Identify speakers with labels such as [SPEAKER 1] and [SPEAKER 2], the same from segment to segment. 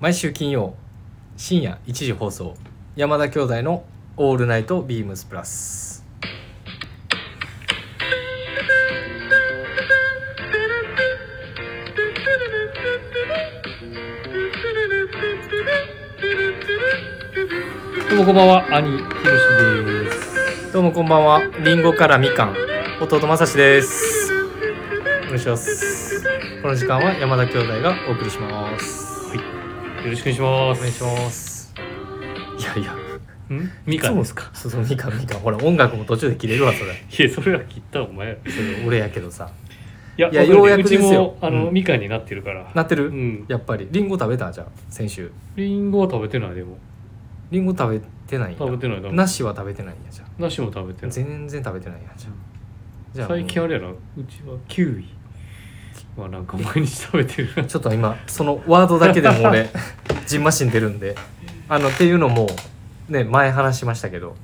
[SPEAKER 1] 毎週金曜深夜1時放送山田兄弟の「オールナイトビームスプラス」
[SPEAKER 2] どうもこんばんは、兄ひろしです。
[SPEAKER 1] どうもこんばんはりんごからみかん弟まさしですお願いしますこの時間は山田兄弟がお送りします
[SPEAKER 2] はい、よろしくお願いします。
[SPEAKER 1] お願いしますいやいや
[SPEAKER 2] んみか
[SPEAKER 1] そうんで
[SPEAKER 2] ですす
[SPEAKER 1] か
[SPEAKER 2] か
[SPEAKER 1] そうそうみかんみかんほら音楽も途中で切れるわそれ
[SPEAKER 2] いや、それは切ったらお前。い
[SPEAKER 1] それ俺やけどさ
[SPEAKER 2] や、
[SPEAKER 1] いや
[SPEAKER 2] わかる
[SPEAKER 1] ようやくですよ
[SPEAKER 2] うちも、あの、
[SPEAKER 1] うん
[SPEAKER 2] みかんになってるから。
[SPEAKER 1] なってる、
[SPEAKER 2] うん。
[SPEAKER 1] やっぱりりんご食べたじゃん先週
[SPEAKER 2] りんごは食べてない、でも。
[SPEAKER 1] りんご食べてないんや
[SPEAKER 2] 食べてない、食べてない。
[SPEAKER 1] 梨は食べてないんやじゃん
[SPEAKER 2] 梨も食べてない。
[SPEAKER 1] 全然食べてないやんじゃんじゃあ
[SPEAKER 2] 最近あ
[SPEAKER 1] も
[SPEAKER 2] れやな、うちはキウイ。はなんか毎日食べてる な
[SPEAKER 1] う。ちょっと今そのワードだけでも俺 じんましん出るんであのっていうのもね前話しましたけど、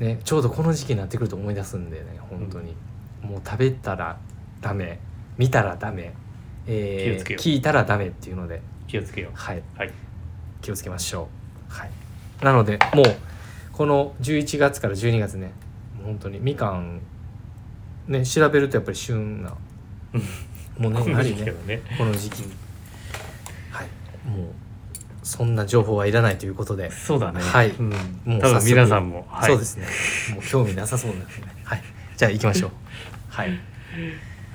[SPEAKER 1] ね、ちょうどこの時期になってくると思い出すんでね本当に、もう食べたらダメ見たらダメ、えー
[SPEAKER 2] 気をつけよう
[SPEAKER 1] 聞いたらダメっていうので
[SPEAKER 2] 気をつけよう。
[SPEAKER 1] はい
[SPEAKER 2] はい。
[SPEAKER 1] 気をつけましょう、はい、なのでもうこの11月から12月ねもう本当にみかんね調べるとやっぱり旬なものになり
[SPEAKER 2] け
[SPEAKER 1] ね
[SPEAKER 2] どね。
[SPEAKER 1] この時期にはいもうそんな情報はいらないということで、
[SPEAKER 2] そうだね。
[SPEAKER 1] はい
[SPEAKER 2] うん。
[SPEAKER 1] もう早
[SPEAKER 2] 多分
[SPEAKER 1] 速
[SPEAKER 2] 皆さんも。はい
[SPEAKER 1] そうで。すねもう興味なさそうなんでねはいじゃあ行きまし ょうはい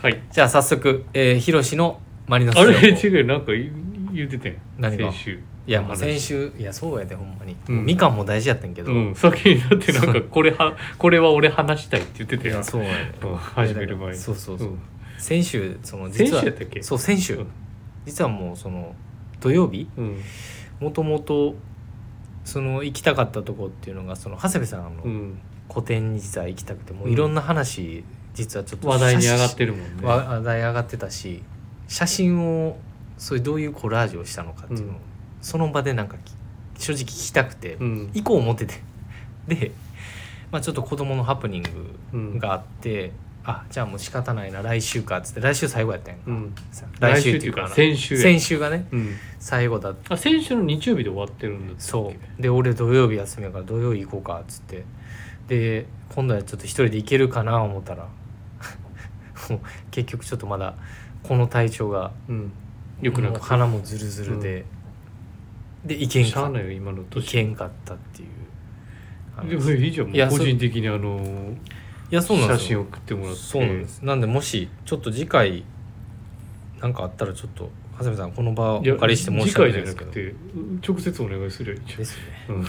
[SPEAKER 2] はい。
[SPEAKER 1] じゃあ早速、えー、ヒロシのマリノス
[SPEAKER 2] あ
[SPEAKER 1] 情報
[SPEAKER 2] れ違うなんか言言うてたやん
[SPEAKER 1] 何が
[SPEAKER 2] 先週
[SPEAKER 1] いやもう先
[SPEAKER 2] 週
[SPEAKER 1] 週いやそうやでほんまに、
[SPEAKER 2] うん
[SPEAKER 1] みかんも大事やったんけど、
[SPEAKER 2] うん先にだってなんかこれはこれは俺話したいって言ってた
[SPEAKER 1] い
[SPEAKER 2] やん
[SPEAKER 1] やそうやね
[SPEAKER 2] うん始める前に
[SPEAKER 1] そうそうそう、
[SPEAKER 2] ん
[SPEAKER 1] 先週その
[SPEAKER 2] 先
[SPEAKER 1] 実
[SPEAKER 2] 週
[SPEAKER 1] は
[SPEAKER 2] やったっけ
[SPEAKER 1] そう先週、
[SPEAKER 2] うん
[SPEAKER 1] 実はもうその土曜日
[SPEAKER 2] うん
[SPEAKER 1] もともとその行きたかったとこっていうのがその長谷部さん
[SPEAKER 2] う
[SPEAKER 1] の
[SPEAKER 2] ん
[SPEAKER 1] 個展に実は行きたくて、もううんいろんな話実はちょっと
[SPEAKER 2] 話題に上がってるもん
[SPEAKER 1] 写真
[SPEAKER 2] ね
[SPEAKER 1] わ話題上がってたし写真をそういうどういうコラージュをしたのかっていうのを、
[SPEAKER 2] うん
[SPEAKER 1] その場でなんかき正直聞きたくて、
[SPEAKER 2] うん
[SPEAKER 1] 以降思ってて で、まあ、ちょっと子供のハプニング
[SPEAKER 2] うん
[SPEAKER 1] があって、あじゃあもう仕方ないな来週かっつって来週最後やったんやんか、
[SPEAKER 2] うん
[SPEAKER 1] さ
[SPEAKER 2] 来週っていうか先週や
[SPEAKER 1] 先週がね
[SPEAKER 2] うん
[SPEAKER 1] 最後だ
[SPEAKER 2] あ先週の日曜日で終わってるんだったっけ
[SPEAKER 1] そうで俺土曜日休みやから土曜日行こうかっつってで今度はちょっと一人で行けるかな思ったら もう結局ちょっとまだこの体調が
[SPEAKER 2] うんよくな
[SPEAKER 1] も
[SPEAKER 2] く
[SPEAKER 1] う鼻もズルズルで、で行けん
[SPEAKER 2] しゃ
[SPEAKER 1] か
[SPEAKER 2] あ
[SPEAKER 1] っ
[SPEAKER 2] ないよ今の
[SPEAKER 1] 行け
[SPEAKER 2] 年
[SPEAKER 1] んかったっていうあの
[SPEAKER 2] でもいいじゃんも
[SPEAKER 1] いや
[SPEAKER 2] う
[SPEAKER 1] そ
[SPEAKER 2] 個人的にあの
[SPEAKER 1] いやそうなんで
[SPEAKER 2] 写
[SPEAKER 1] す
[SPEAKER 2] 真
[SPEAKER 1] よ
[SPEAKER 2] 送ってもらって
[SPEAKER 1] そうなんですなんでもしちょっと次回なんかあったらちょっと長谷部さんこの場をお
[SPEAKER 2] いや
[SPEAKER 1] 借りして申し訳ないで
[SPEAKER 2] 次回じゃ
[SPEAKER 1] すけ
[SPEAKER 2] なく
[SPEAKER 1] ど
[SPEAKER 2] てう直接お願いするよ一応
[SPEAKER 1] ですね
[SPEAKER 2] うん
[SPEAKER 1] お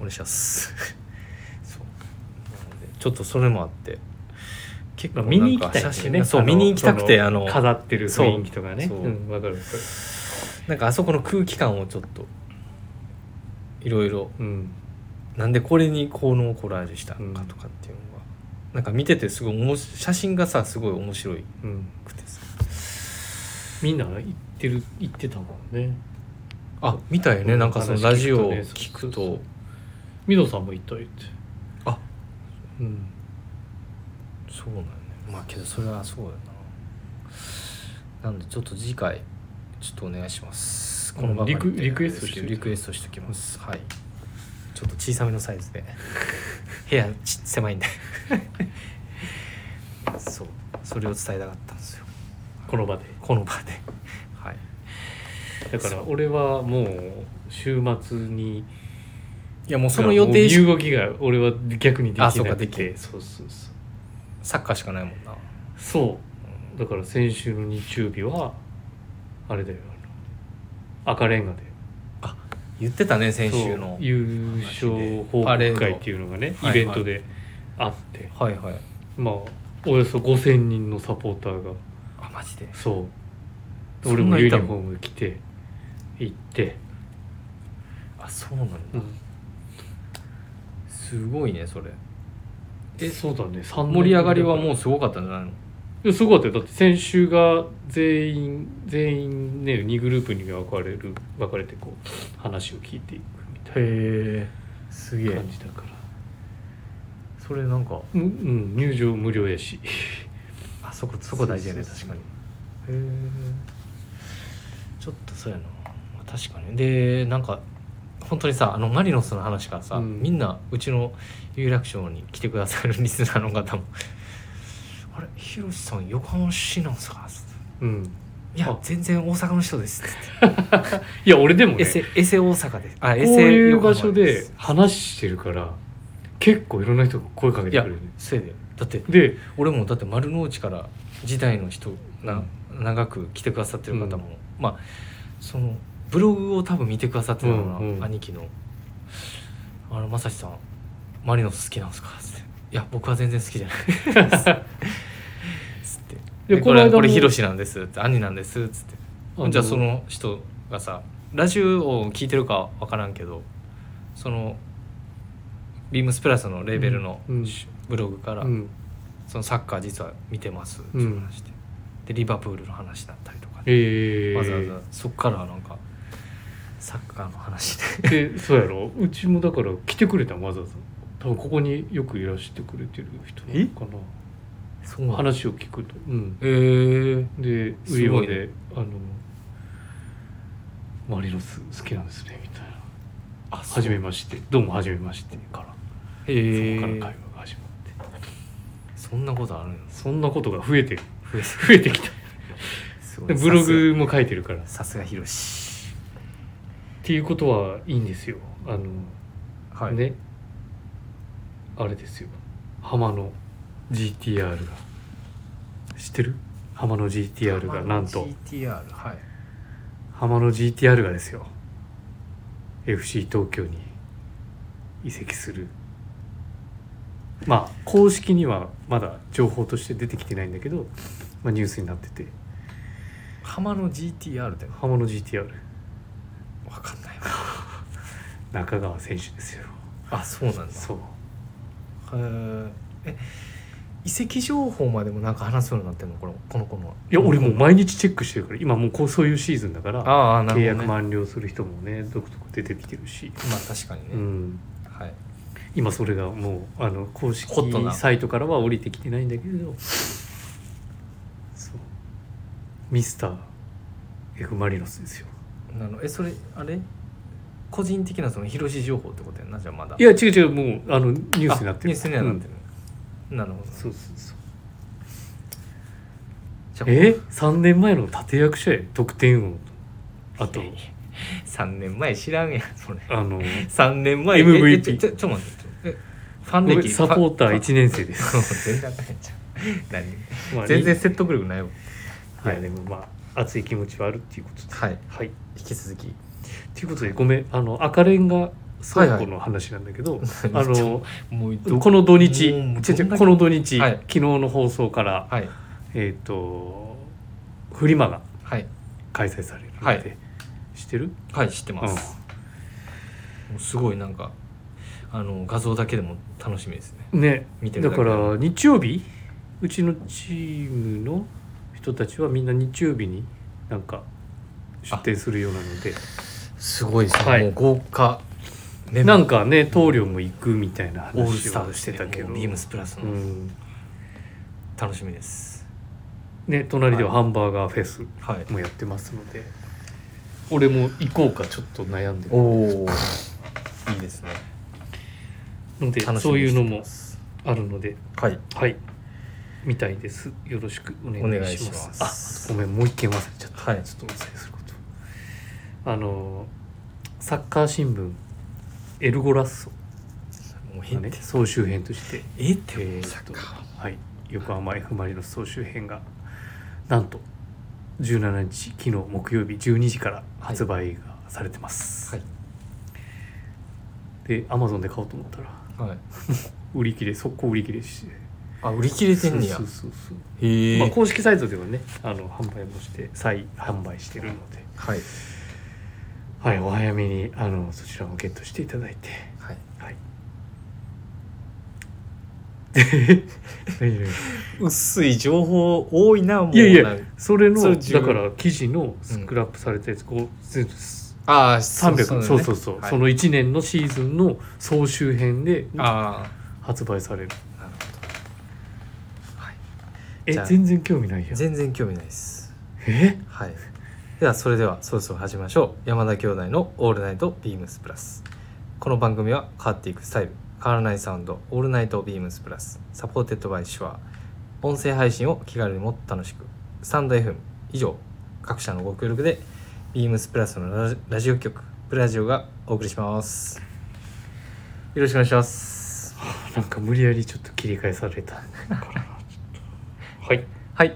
[SPEAKER 1] 願いします そうなのでちょっとそれもあって結
[SPEAKER 2] まあ、見に行
[SPEAKER 1] な
[SPEAKER 2] きたい
[SPEAKER 1] ん
[SPEAKER 2] で
[SPEAKER 1] か写
[SPEAKER 2] す
[SPEAKER 1] 真
[SPEAKER 2] よ
[SPEAKER 1] ね
[SPEAKER 2] ね。
[SPEAKER 1] そう
[SPEAKER 2] あの
[SPEAKER 1] 見に行きたくて
[SPEAKER 2] そ
[SPEAKER 1] あの
[SPEAKER 2] 飾ってる雰囲気とかね。
[SPEAKER 1] そう
[SPEAKER 2] う、
[SPEAKER 1] そうん
[SPEAKER 2] わかるわかる。
[SPEAKER 1] なんかあそこの空気感をちょっといろいろ
[SPEAKER 2] うん。
[SPEAKER 1] なんでこれにこのコラージュしたのかとかっていうのが、なんか見ててすごいおもし写真がさすごい面白い
[SPEAKER 2] うん。
[SPEAKER 1] くてさ
[SPEAKER 2] みんな行ってる行ってたもんね。
[SPEAKER 1] あ見たよね、
[SPEAKER 2] うん
[SPEAKER 1] なんかその
[SPEAKER 2] 話
[SPEAKER 1] ラジオを聞
[SPEAKER 2] 聞
[SPEAKER 1] く
[SPEAKER 2] く
[SPEAKER 1] と
[SPEAKER 2] とねミドさんも行った言って。
[SPEAKER 1] あ
[SPEAKER 2] うん。
[SPEAKER 1] そうなんねまあけどそれはそうやななんでちょっと次回ちょっとお願いしますこの場
[SPEAKER 2] リクリクエストし
[SPEAKER 1] して
[SPEAKER 2] ておいて
[SPEAKER 1] リクエストしておきますはいちょっと小さめのサイ ズで部屋ち狭いんで そうそれを伝えたかったんですよ
[SPEAKER 2] この場で。
[SPEAKER 1] この場ではい
[SPEAKER 2] だから俺はもう週末に
[SPEAKER 1] いやもうその予定
[SPEAKER 2] し
[SPEAKER 1] し
[SPEAKER 2] 動きが俺は逆にできな
[SPEAKER 1] あそうか
[SPEAKER 2] く
[SPEAKER 1] でき
[SPEAKER 2] て。そうそうそう。
[SPEAKER 1] サッカーしかないもんな
[SPEAKER 2] そう。だから先週の日曜日はあれだよ。あの赤レンガで。
[SPEAKER 1] 言ってたね先週の
[SPEAKER 2] そう優勝報
[SPEAKER 1] パレ
[SPEAKER 2] 告
[SPEAKER 1] ー
[SPEAKER 2] 会
[SPEAKER 1] ド
[SPEAKER 2] っていうのがね
[SPEAKER 1] はい
[SPEAKER 2] イ
[SPEAKER 1] はい
[SPEAKER 2] ベントであって、
[SPEAKER 1] はいはい
[SPEAKER 2] まあおよそ5,000人のサポーターが
[SPEAKER 1] あマジで
[SPEAKER 2] そう
[SPEAKER 1] そんな
[SPEAKER 2] 俺もユニフォー
[SPEAKER 1] い
[SPEAKER 2] ム着て行って、
[SPEAKER 1] あそうなんだすごいねそれえ
[SPEAKER 2] えそうだね3
[SPEAKER 1] 盛り上がりは
[SPEAKER 2] う
[SPEAKER 1] もうすごかったんじゃないの
[SPEAKER 2] いやすごかったよだって先週が全員全員ね2グループに分かれる分かれてこう話を聞いていくみたい
[SPEAKER 1] へえすげ
[SPEAKER 2] な
[SPEAKER 1] え
[SPEAKER 2] 感じだから、
[SPEAKER 1] それなんか
[SPEAKER 2] うんうん、入場無料やし
[SPEAKER 1] あそこそこ大事やね
[SPEAKER 2] そ
[SPEAKER 1] 確
[SPEAKER 2] うそう
[SPEAKER 1] か
[SPEAKER 2] そう
[SPEAKER 1] にへえちょっとそうやなま確かにでなんか本当にさあのマリノスの話からさ、
[SPEAKER 2] うん
[SPEAKER 1] みんなうちの有楽町に来てくださるリスナーの方も 「あれひろしさん横浜市なんすか?」
[SPEAKER 2] うん
[SPEAKER 1] いや
[SPEAKER 2] あ
[SPEAKER 1] 全然大阪の人です」 って
[SPEAKER 2] いや俺でも
[SPEAKER 1] エ
[SPEAKER 2] ね
[SPEAKER 1] セエセ大阪ですあ
[SPEAKER 2] こ
[SPEAKER 1] エ
[SPEAKER 2] う
[SPEAKER 1] セ
[SPEAKER 2] いう
[SPEAKER 1] 横浜
[SPEAKER 2] 場所
[SPEAKER 1] で
[SPEAKER 2] です話してるから結構いろんな人が声かけてくれるね
[SPEAKER 1] せいでだって
[SPEAKER 2] で
[SPEAKER 1] 俺もだって丸の内から時代の人な長く来てくださってる方も、まあそのブログを多分見てくださってるのが、
[SPEAKER 2] うんうん
[SPEAKER 1] 兄貴の「あの正志さんマリノス好きなんですか?」っつって「いや僕は全然好きじゃ ない」っつって
[SPEAKER 2] いや
[SPEAKER 1] でこれ
[SPEAKER 2] この間
[SPEAKER 1] は
[SPEAKER 2] も
[SPEAKER 1] これヒロシなんです」って「兄なんです」っつって
[SPEAKER 2] あ
[SPEAKER 1] じゃあその人がさラジオを聞いてるか分からんけどそのビームスプラスのレーベルの
[SPEAKER 2] うんうん
[SPEAKER 1] ブログから、
[SPEAKER 2] うん
[SPEAKER 1] そのサッカー実は見てます、
[SPEAKER 2] うん
[SPEAKER 1] そういう話ででリバプールの話だったりとか、ね
[SPEAKER 2] ええ
[SPEAKER 1] わざわざそっからなんかサッカーの話で
[SPEAKER 2] でそうやろうちもだから来てくれたんわざわざ多分ここによくいらしてくれてる人なのか
[SPEAKER 1] そう
[SPEAKER 2] な
[SPEAKER 1] なの
[SPEAKER 2] 話を聞くとうん
[SPEAKER 1] えー、
[SPEAKER 2] です
[SPEAKER 1] ごいね
[SPEAKER 2] 売り場で、あの「マリノス好きなんですね」みたいな「
[SPEAKER 1] あ
[SPEAKER 2] はじめましてどうもはじめまして」から
[SPEAKER 1] え
[SPEAKER 2] そこから会
[SPEAKER 1] ー
[SPEAKER 2] 話が始まって
[SPEAKER 1] そんなことあるんです
[SPEAKER 2] そんなことが増えて
[SPEAKER 1] 増え
[SPEAKER 2] 増えて きた
[SPEAKER 1] すご
[SPEAKER 2] で
[SPEAKER 1] い
[SPEAKER 2] ブログも書いてるからっ
[SPEAKER 1] さすがさすがヒロシ
[SPEAKER 2] ていうことはいいんですよあの、
[SPEAKER 1] はい、
[SPEAKER 2] ねあれですよ浜の GTR が知ってる浜の GTR がなんと
[SPEAKER 1] GTR はい
[SPEAKER 2] 浜の GTR がですよ FC 東京に移籍するまあ公式にはまだ情報として出てきてないんだけど、まあ、ニュースになってて
[SPEAKER 1] 浜の GTR って
[SPEAKER 2] 浜の GTR
[SPEAKER 1] 分かんないわ
[SPEAKER 2] 中川選手ですよ
[SPEAKER 1] あそうなんだ
[SPEAKER 2] そう
[SPEAKER 1] へーえ遺跡情報までもなんか話すようになってんのこのこの子の
[SPEAKER 2] いや俺もう毎日チェックしてるから今もうこうそういうシーズンだから
[SPEAKER 1] ああな
[SPEAKER 2] 契
[SPEAKER 1] るほ
[SPEAKER 2] 約
[SPEAKER 1] ど、ね、まあ
[SPEAKER 2] 満了する人もね続々出てきてるし、
[SPEAKER 1] 確かにね、
[SPEAKER 2] うん、
[SPEAKER 1] はい
[SPEAKER 2] 今それがもうあの公式
[SPEAKER 1] ホットな
[SPEAKER 2] サイトからは降りてきてないんだけどそうミスター F ・マリノスですよ
[SPEAKER 1] なのえそれあれ個人的なその広し情報ってことやんなじゃあまだ
[SPEAKER 2] いや違う違うもうあのニュースになって
[SPEAKER 1] あ
[SPEAKER 2] る
[SPEAKER 1] ニュースにはなって
[SPEAKER 2] る、
[SPEAKER 1] る、なるほど
[SPEAKER 2] うんそうそうそう
[SPEAKER 1] じゃあ
[SPEAKER 2] え3年前の立役者へ得点王あと
[SPEAKER 1] 3年前知らんやんそれ
[SPEAKER 2] あの
[SPEAKER 1] 3年前
[SPEAKER 2] MVP
[SPEAKER 1] ええちょちょちょ待ってちょえファン歴
[SPEAKER 2] サポーター
[SPEAKER 1] 一
[SPEAKER 2] 1年生で す、
[SPEAKER 1] 全然あかんやんちゃう何
[SPEAKER 2] まあ
[SPEAKER 1] 全然説得力ないわ
[SPEAKER 2] いやでもまあ熱い気持ちはあるっていうことで
[SPEAKER 1] はい
[SPEAKER 2] はい
[SPEAKER 1] 引き続き
[SPEAKER 2] ということでごめんあの赤レンガ倉庫の話なんだけど、あの
[SPEAKER 1] もうど
[SPEAKER 2] この土日
[SPEAKER 1] もうもう
[SPEAKER 2] 違う違う
[SPEAKER 1] どんだけ
[SPEAKER 2] この土日、
[SPEAKER 1] はい
[SPEAKER 2] 昨日の放送から
[SPEAKER 1] はい
[SPEAKER 2] えっ、とフリマが
[SPEAKER 1] はい
[SPEAKER 2] 開催されるので、
[SPEAKER 1] はい
[SPEAKER 2] 知ってる
[SPEAKER 1] はい知ってます、もうすごいなんかあの画像だけでも楽しみですね
[SPEAKER 2] うんね
[SPEAKER 1] 見てる
[SPEAKER 2] だ
[SPEAKER 1] だ
[SPEAKER 2] か
[SPEAKER 1] けで
[SPEAKER 2] ら日曜日うちのチームの人たちはみんな日曜日になんか出店するようなのです
[SPEAKER 1] ごいですね、
[SPEAKER 2] はい
[SPEAKER 1] もう豪華メンバ
[SPEAKER 2] な
[SPEAKER 1] ー
[SPEAKER 2] んかね棟梁も行くみたいな
[SPEAKER 1] オール
[SPEAKER 2] 話
[SPEAKER 1] スター
[SPEAKER 2] を
[SPEAKER 1] で
[SPEAKER 2] し
[SPEAKER 1] してて
[SPEAKER 2] た
[SPEAKER 1] た
[SPEAKER 2] け
[SPEAKER 1] け
[SPEAKER 2] ど、
[SPEAKER 1] どビームスプラス
[SPEAKER 2] う
[SPEAKER 1] の
[SPEAKER 2] ん
[SPEAKER 1] 楽しみです、
[SPEAKER 2] ね、隣ではハンバーガーフェス
[SPEAKER 1] はい
[SPEAKER 2] もやってますので、俺も行こうかちょっと悩んでる
[SPEAKER 1] おおいいですね
[SPEAKER 2] ので
[SPEAKER 1] 楽し
[SPEAKER 2] そう
[SPEAKER 1] みに
[SPEAKER 2] いう
[SPEAKER 1] して
[SPEAKER 2] のも
[SPEAKER 1] ます
[SPEAKER 2] あるので
[SPEAKER 1] はい
[SPEAKER 2] はいみたいですよろしくお願
[SPEAKER 1] お願
[SPEAKER 2] い
[SPEAKER 1] い
[SPEAKER 2] し
[SPEAKER 1] し
[SPEAKER 2] ま
[SPEAKER 1] ますす
[SPEAKER 2] ああとごめんもう一件忘れちゃった、
[SPEAKER 1] はい
[SPEAKER 2] ちょっとお伝えすることあのサッカー新聞エルゴラッソ
[SPEAKER 1] もうえ
[SPEAKER 2] が
[SPEAKER 1] え
[SPEAKER 2] ね
[SPEAKER 1] って
[SPEAKER 2] 総集編として
[SPEAKER 1] ええってもう
[SPEAKER 2] えーっ
[SPEAKER 1] サッ
[SPEAKER 2] と
[SPEAKER 1] カーは
[SPEAKER 2] はい、横浜 F ・マリノス総集編がなんと17日昨日木曜日12時から発売がされてます、
[SPEAKER 1] はい
[SPEAKER 2] でアマゾンで買おうと思ったら
[SPEAKER 1] はい
[SPEAKER 2] 売り切れ速攻売り切れして
[SPEAKER 1] あ売り切れてんねや
[SPEAKER 2] そうそうそうそう
[SPEAKER 1] へえ、
[SPEAKER 2] まあ、公式サイトではねあの販売もして再販売してるので、
[SPEAKER 1] はい
[SPEAKER 2] はい、お早めにあのそちらもゲットしていただいて
[SPEAKER 1] はい
[SPEAKER 2] はい何何何
[SPEAKER 1] 薄い情報多いなもう
[SPEAKER 2] いやい
[SPEAKER 1] な
[SPEAKER 2] や
[SPEAKER 1] んか
[SPEAKER 2] それの
[SPEAKER 1] それ自
[SPEAKER 2] だ
[SPEAKER 1] 分
[SPEAKER 2] から記事のスクラップされたやつ、こう全部す
[SPEAKER 1] ああ
[SPEAKER 2] 300そうそうそう
[SPEAKER 1] だよねはい
[SPEAKER 2] その1年のシーズンの総集編で
[SPEAKER 1] あ
[SPEAKER 2] 発売される
[SPEAKER 1] あなるほどはい
[SPEAKER 2] え
[SPEAKER 1] じゃあ
[SPEAKER 2] 全然興味ないやん
[SPEAKER 1] 全然興味ないです
[SPEAKER 2] え
[SPEAKER 1] はいではそれではそろそろ始めましょう山田兄弟の「オールナイトビームスプラス」この番組は変わっていくスタイル変わらないサウンド「オールナイトビームスプラス」サポーテッドバイシュア音声配信を気軽にもっと楽しくスタンド FM 以上各社のご協力でビームスプラスのラジラジオ局プラジオがお送りしますよろしくお願いします
[SPEAKER 2] なんか無理やりちょっと切り替えされ たはい
[SPEAKER 1] はい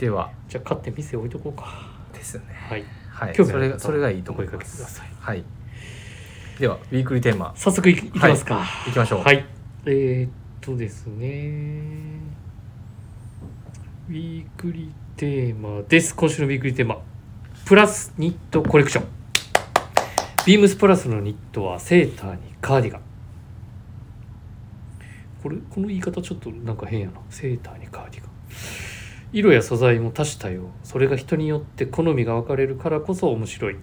[SPEAKER 1] では
[SPEAKER 2] じゃあ買って店置いとこうか
[SPEAKER 1] ですね
[SPEAKER 2] はい
[SPEAKER 1] はい
[SPEAKER 2] 興味あ
[SPEAKER 1] そ
[SPEAKER 2] る
[SPEAKER 1] れ
[SPEAKER 2] 方は
[SPEAKER 1] がそれがいいと思い
[SPEAKER 2] お声
[SPEAKER 1] ま
[SPEAKER 2] 掛けくだ
[SPEAKER 1] す
[SPEAKER 2] さい
[SPEAKER 1] はいではウィークリーテーマ
[SPEAKER 2] 早速いいきますか、
[SPEAKER 1] いきましょう
[SPEAKER 2] はい。えーっとですね。ウィークリーテーマです。今週のウィークリーテーマ。プラスニットコレクション。ビームスプラスのニットはセーターにカーディガン。これ、この言い方ちょっとなんか変やな。セーターにカーディガン。色や素材も多種多様。それが人によって好みが分かれるからこそ面白い。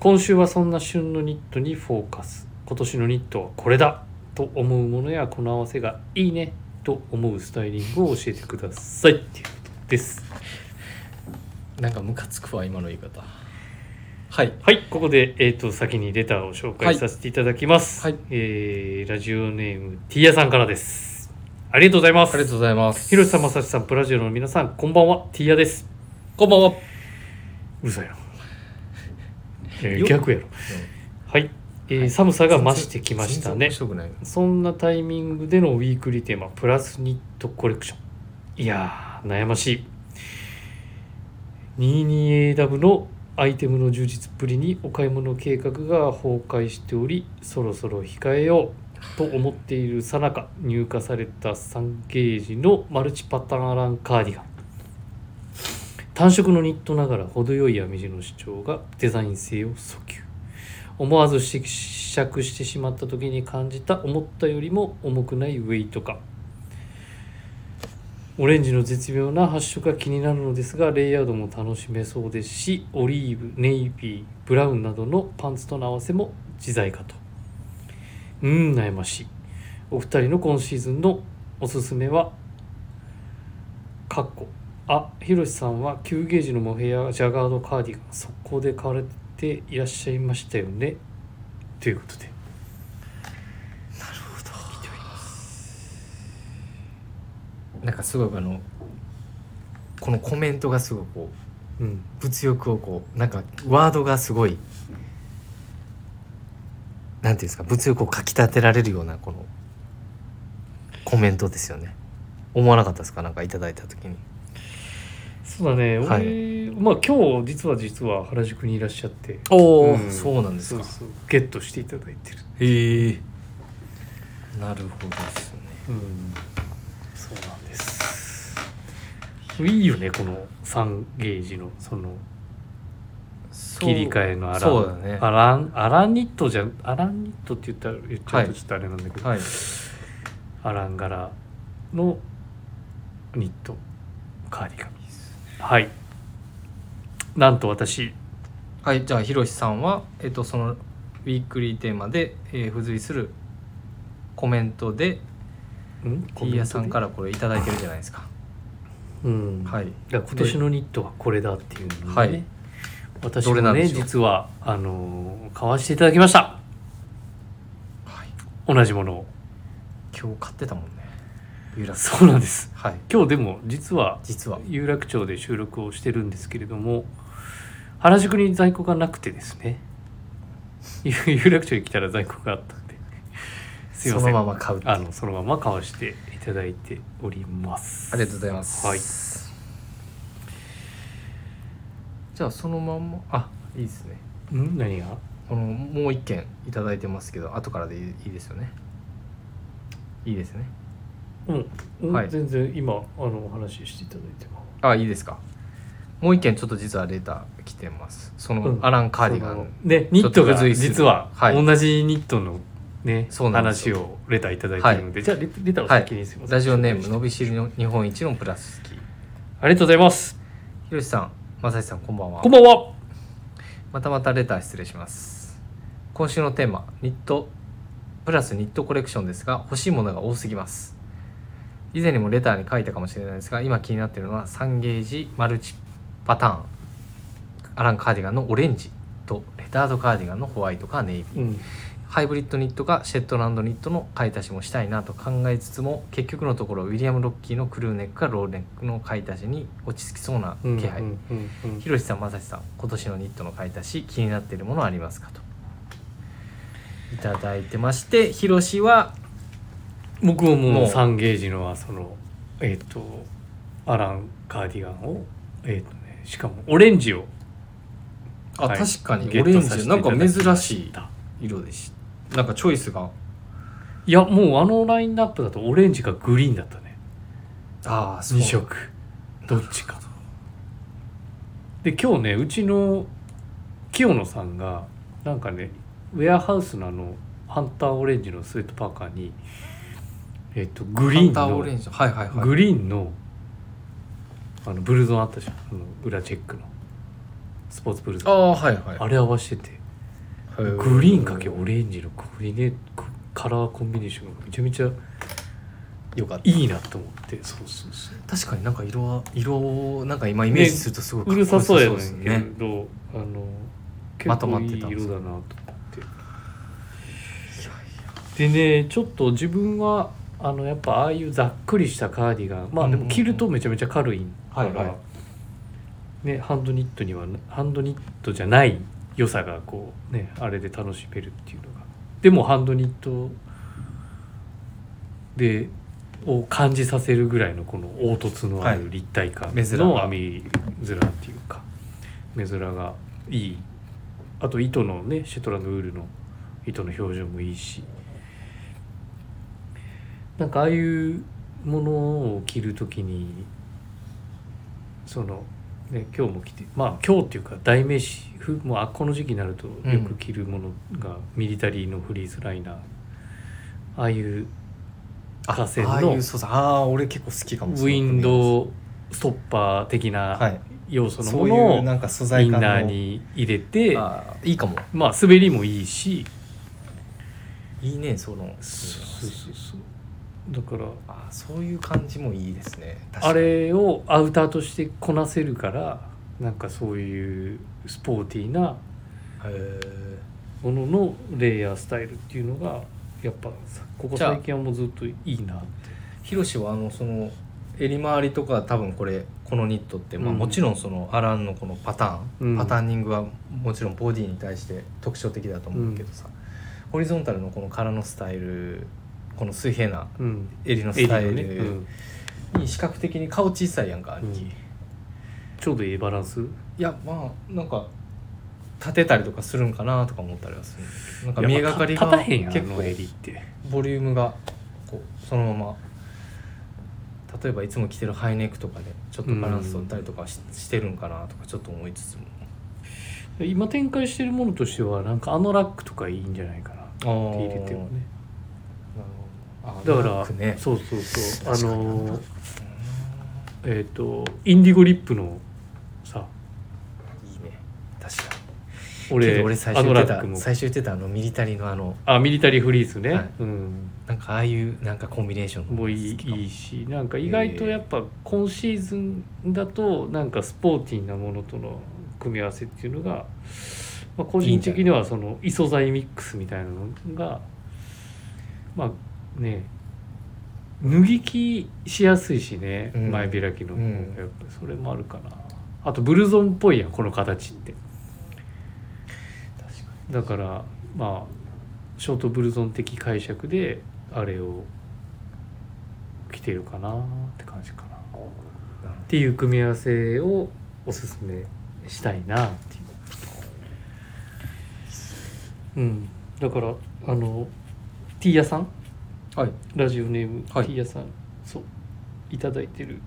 [SPEAKER 2] 今週はそんな旬のニットにフォーカス。今年のニットはこれだと思うものやこの合わせがいいねと思うスタイリングを教えてくださいっていうことです
[SPEAKER 1] なんかムカつくわ今の言い方はい
[SPEAKER 2] はいここで、えー、と先にレターを紹
[SPEAKER 1] は
[SPEAKER 2] 介
[SPEAKER 1] い
[SPEAKER 2] させていただきます、
[SPEAKER 1] はい
[SPEAKER 2] えーラジオネームティーヤさんからですありがとうございま
[SPEAKER 1] ありがと
[SPEAKER 2] す
[SPEAKER 1] うございます
[SPEAKER 2] 広瀬さん正志さんプラジオの皆さんこんばんはティーヤです
[SPEAKER 1] こんばんは
[SPEAKER 2] うるさいないや
[SPEAKER 1] よ
[SPEAKER 2] 逆やろはい、えー寒さが増してきました
[SPEAKER 1] 全然
[SPEAKER 2] ね
[SPEAKER 1] 面白くない
[SPEAKER 2] そんなタイミングでのウィークリーテーマプラスニットコレクションいやー悩ましい 22AW のアイテムの充実っぷりにお買い物計画が崩壊しておりそろそろ控えようと思っているさなか入荷された3ゲージのマルチパターンカーディガン単色のニットながら程よい編み地の主張がデザイン性を訴求思わず試着してしまった時に感じた思ったよりも重くないウェイト感オレンジの絶妙な発色が気になるのですがレイヤードも楽しめそうですしオリーブネイビーブラウンなどのパンツとの合わせも自在かとうーん悩ましいお二人の今シーズンのおすすめはかっこあひろしさんは9ゲージのモヘアジャガードカーディガン速攻で買われていらっしゃいましたよねということで
[SPEAKER 1] なんかすごくあのこのコメントがすごくこう
[SPEAKER 2] うん
[SPEAKER 1] 物欲をこうなんかワードがすごいなんていうんですか物欲をかきたてられるようなこのコメントですよね思わなかったですかなんかいただいた時に
[SPEAKER 2] そうだね、
[SPEAKER 1] はい
[SPEAKER 2] 俺まあ今日実は実は原宿にいらっしゃって
[SPEAKER 1] お
[SPEAKER 2] うん
[SPEAKER 1] そうなんです
[SPEAKER 2] そ
[SPEAKER 1] か
[SPEAKER 2] うそうゲットしていただいてる
[SPEAKER 1] へえなるほどですね
[SPEAKER 2] うんそうなんですいいよねこの3ゲージのその切り替えのアラン
[SPEAKER 1] そうだね
[SPEAKER 2] アランアランニットじゃアランニットって言ったら言っちゃうと
[SPEAKER 1] はい
[SPEAKER 2] ちょっとあれなんだけど、
[SPEAKER 1] はい
[SPEAKER 2] アラン柄のニットカーディガンはいなんと私
[SPEAKER 1] はいじゃあひろしさんは、えっと、そのウィークリーテーマで、えー付随するコメントで
[SPEAKER 2] ん
[SPEAKER 1] ティーヤさんからこれいただいてるじゃないですか
[SPEAKER 2] うん、
[SPEAKER 1] はい
[SPEAKER 2] だから今年のニットはこれだっていうのをね、
[SPEAKER 1] はい
[SPEAKER 2] 私
[SPEAKER 1] どれ
[SPEAKER 2] も
[SPEAKER 1] なん
[SPEAKER 2] ね
[SPEAKER 1] でしょう
[SPEAKER 2] 実はあのー買わせていただきました
[SPEAKER 1] はい
[SPEAKER 2] 同じものを
[SPEAKER 1] 今日買ってたもんね有楽
[SPEAKER 2] そうなんです
[SPEAKER 1] はい
[SPEAKER 2] 今日でも実は
[SPEAKER 1] 実は
[SPEAKER 2] 有楽町で収録をしてるんですけれども原宿に在庫がなくてですね 有楽町に来たら在庫があったんですいま
[SPEAKER 1] そ
[SPEAKER 2] せん
[SPEAKER 1] のまま買うっていう
[SPEAKER 2] あのそのまま買わせていただいております
[SPEAKER 1] ありがとうございます、
[SPEAKER 2] はい
[SPEAKER 1] じゃあそのまんまあいいですね
[SPEAKER 2] ん何が
[SPEAKER 1] このもう一件いただいてますけど後からでいいいいですよねいいですね
[SPEAKER 2] うん、うん
[SPEAKER 1] はい
[SPEAKER 2] 全然今あのお話ししていただいても
[SPEAKER 1] あいいですかもう一件ちょっと実はレター来てますその、
[SPEAKER 2] うん
[SPEAKER 1] アラン・カーディガ
[SPEAKER 2] その
[SPEAKER 1] ン
[SPEAKER 2] でニットが
[SPEAKER 1] 付随する
[SPEAKER 2] 実は
[SPEAKER 1] はい
[SPEAKER 2] 同じニットのね、
[SPEAKER 1] そうなんです
[SPEAKER 2] 話
[SPEAKER 1] よ
[SPEAKER 2] をレターいただいているので、じゃあレレターを先にすみません、
[SPEAKER 1] ラジオネームのびしりの日本一のプラス好きひ
[SPEAKER 2] ありがとうございます
[SPEAKER 1] ろしさんまさしさんこんばんは
[SPEAKER 2] こんばんは
[SPEAKER 1] またまたレター失礼します今週のテーマニットプラスニットコレクションですが欲しいものが多すぎます以前にもレターに書いたかもしれないですが今気になっているのは3ゲージマルチパターンアランカーディガンのオレンジとレタードカーディガンのホワイトかネイビー
[SPEAKER 2] うん
[SPEAKER 1] ハイブリッドニットかシェットランドニットの買い足しもしたいなと考えつつも結局のところウィリアム・ロッキーのクルーネックかローネックの買い足しに落ち着きそうな
[SPEAKER 2] うん
[SPEAKER 1] 気配、
[SPEAKER 2] うんうんうん
[SPEAKER 1] ひろしさんまさしさん今年のニットの買い足し気になっているものありますかといただいてましてひろしは
[SPEAKER 2] 僕もも
[SPEAKER 1] も
[SPEAKER 2] う
[SPEAKER 1] う
[SPEAKER 2] 3ゲージのはそのえっ、とアランカーディガンをえっ、とねしかもオレンジを
[SPEAKER 1] あ、
[SPEAKER 2] はい
[SPEAKER 1] 確か
[SPEAKER 2] ゲ
[SPEAKER 1] に
[SPEAKER 2] ッ
[SPEAKER 1] オ
[SPEAKER 2] ト
[SPEAKER 1] レン
[SPEAKER 2] させて
[SPEAKER 1] ジ
[SPEAKER 2] い
[SPEAKER 1] なんか
[SPEAKER 2] ただき
[SPEAKER 1] 珍
[SPEAKER 2] ま
[SPEAKER 1] しい
[SPEAKER 2] た
[SPEAKER 1] 色でしなんかチョイスが
[SPEAKER 2] いやもうあのラインナップだとオレンジかグリーンだったね
[SPEAKER 1] ああ
[SPEAKER 2] 2色どっちかで今日ねうちの清野さんがなんかねウェアハウスのあのハンターオレンジのスウェットパーカーにえっ、とグ
[SPEAKER 1] グ
[SPEAKER 2] リーン
[SPEAKER 1] ターオ
[SPEAKER 2] の
[SPEAKER 1] レンジはいはいはい
[SPEAKER 2] グリーンのあのブルゾンあったじゃんあの裏チェックのスポーツブルゾ
[SPEAKER 1] あ
[SPEAKER 2] ンあ
[SPEAKER 1] あはいはい
[SPEAKER 2] れ合わせててグリーンかけオレンジのコンビネカラーコンビネーションがめちゃめちゃ
[SPEAKER 1] よかった
[SPEAKER 2] いいなと思ってそうそうそう
[SPEAKER 1] 確かになんか色は色をなんか今イメージするとすごく
[SPEAKER 2] うるさそうやねんけ
[SPEAKER 1] です
[SPEAKER 2] ど、
[SPEAKER 1] ね
[SPEAKER 2] あの
[SPEAKER 1] ま
[SPEAKER 2] 結
[SPEAKER 1] とま
[SPEAKER 2] 構
[SPEAKER 1] っ
[SPEAKER 2] い
[SPEAKER 1] て
[SPEAKER 2] い
[SPEAKER 1] たんで
[SPEAKER 2] 色
[SPEAKER 1] す
[SPEAKER 2] だ
[SPEAKER 1] よ
[SPEAKER 2] なと思ってでねちょっと自分はあのやっぱああいうざっくりしたカーディガンまあで
[SPEAKER 1] うんうんう
[SPEAKER 2] も
[SPEAKER 1] ん
[SPEAKER 2] 着るとめちゃめちゃ軽いから、
[SPEAKER 1] はいは
[SPEAKER 2] ね、ハンドニットにはハンドニットじゃない良さがこうねあれで楽しめるっていうのがでもハンドニットでを感じさせるぐらいのこの凹凸のあ
[SPEAKER 1] は
[SPEAKER 2] る立体感
[SPEAKER 1] 目面
[SPEAKER 2] の
[SPEAKER 1] が
[SPEAKER 2] 編み面っていうか目面がいいあと糸のねシェトランドウールの糸の表情もいいしなんかああいうものを着るときにその、ね、今日も着てまあ今日っていうか代名詞ふもうあこの時期になるとよく着るものが、ミリタリーのフリーズライナーああいう河川
[SPEAKER 1] ああ
[SPEAKER 2] の
[SPEAKER 1] いう素材ああ俺結構好きか
[SPEAKER 2] ウ
[SPEAKER 1] も
[SPEAKER 2] ィンドストッパー的
[SPEAKER 1] は
[SPEAKER 2] ない要素の
[SPEAKER 1] そ
[SPEAKER 2] も
[SPEAKER 1] う
[SPEAKER 2] の
[SPEAKER 1] い
[SPEAKER 2] を
[SPEAKER 1] う
[SPEAKER 2] イン
[SPEAKER 1] なんか素材感の
[SPEAKER 2] ナーに入れて
[SPEAKER 1] あーいいかも
[SPEAKER 2] まあ滑りもいいし
[SPEAKER 1] いいねその
[SPEAKER 2] そうそうそうだから
[SPEAKER 1] あーそういう感じもいいですね確か
[SPEAKER 2] あ
[SPEAKER 1] に
[SPEAKER 2] れをアウターとしてこなせるからなんかそういうスポーティーな
[SPEAKER 1] へ
[SPEAKER 2] もののレイヤースタイルっていうのがやっぱさここ
[SPEAKER 1] じゃあ
[SPEAKER 2] 最近はもうずっといいなって
[SPEAKER 1] ヒロシはあのその襟回りとか多分これこのニットって、まあ、
[SPEAKER 2] うん
[SPEAKER 1] もちろんそのアランのこのパターン、
[SPEAKER 2] うん
[SPEAKER 1] パターニングはもちろんボディに対して特徴的だと思うけどさ、ホリゾンタルのこの柄のスタイルこの水平な
[SPEAKER 2] うん
[SPEAKER 1] 襟のス
[SPEAKER 2] 襟
[SPEAKER 1] タ
[SPEAKER 2] の
[SPEAKER 1] イ
[SPEAKER 2] ね、う
[SPEAKER 1] ル
[SPEAKER 2] ん
[SPEAKER 1] に視覚的に顔小さいやんか、兄貴
[SPEAKER 2] う
[SPEAKER 1] い
[SPEAKER 2] んちょうどいいバランス
[SPEAKER 1] やまあなんか立てたりとかするんかなとか思ったりはするんだけどなんか見えがかりが
[SPEAKER 2] 立たへんやんあ
[SPEAKER 1] 結
[SPEAKER 2] の
[SPEAKER 1] 構
[SPEAKER 2] 襟って
[SPEAKER 1] ボリュームがこうそのまま例えばいつも着てるハイネックとかでちょっとバランス取ったりとかし,、てるんかなとかちょっと思いつつ
[SPEAKER 2] 今展開してるものとしてはなんかあのラックとかいいんじゃないかなって
[SPEAKER 1] も
[SPEAKER 2] 入れてもね
[SPEAKER 1] なるほど
[SPEAKER 2] だ
[SPEAKER 1] あ
[SPEAKER 2] か
[SPEAKER 1] ラッ
[SPEAKER 2] ら、
[SPEAKER 1] クね
[SPEAKER 2] そうそうそうあ
[SPEAKER 1] 確かに
[SPEAKER 2] のーえっ、とインディゴリップのさ
[SPEAKER 1] うんいいね確かにけ
[SPEAKER 2] 俺
[SPEAKER 1] ど俺最
[SPEAKER 2] ア
[SPEAKER 1] 初
[SPEAKER 2] ド
[SPEAKER 1] 言っ
[SPEAKER 2] ラ
[SPEAKER 1] て
[SPEAKER 2] ックも
[SPEAKER 1] た最初言ってたあのミリタリーのあの
[SPEAKER 2] あミリタリーフリーズね、
[SPEAKER 1] はい
[SPEAKER 2] うん
[SPEAKER 1] なんかああいうなんかコンビネーションの
[SPEAKER 2] もういいいいしなんか意外とやっぱ今シーズンだとなんかスポーティーなものとの組み合わせっていうのが、まあ、個人的にはその異素材ミックスみたいなのがまあね脱ぎ着しやすいしね、
[SPEAKER 1] うん
[SPEAKER 2] 前開きの方
[SPEAKER 1] うん
[SPEAKER 2] がやっぱりそれもあるかな、あとブルゾンっぽいやんこの形って
[SPEAKER 1] 確か
[SPEAKER 2] だからまあショートブルゾン的解釈であれを着てるかなって感じかなっていう組み合わせをおすすめしたいなっていう、うん、だからあのティーヤさん
[SPEAKER 1] にはい
[SPEAKER 2] ラジオネーム、
[SPEAKER 1] はい
[SPEAKER 2] ティーヤさんそういただいてる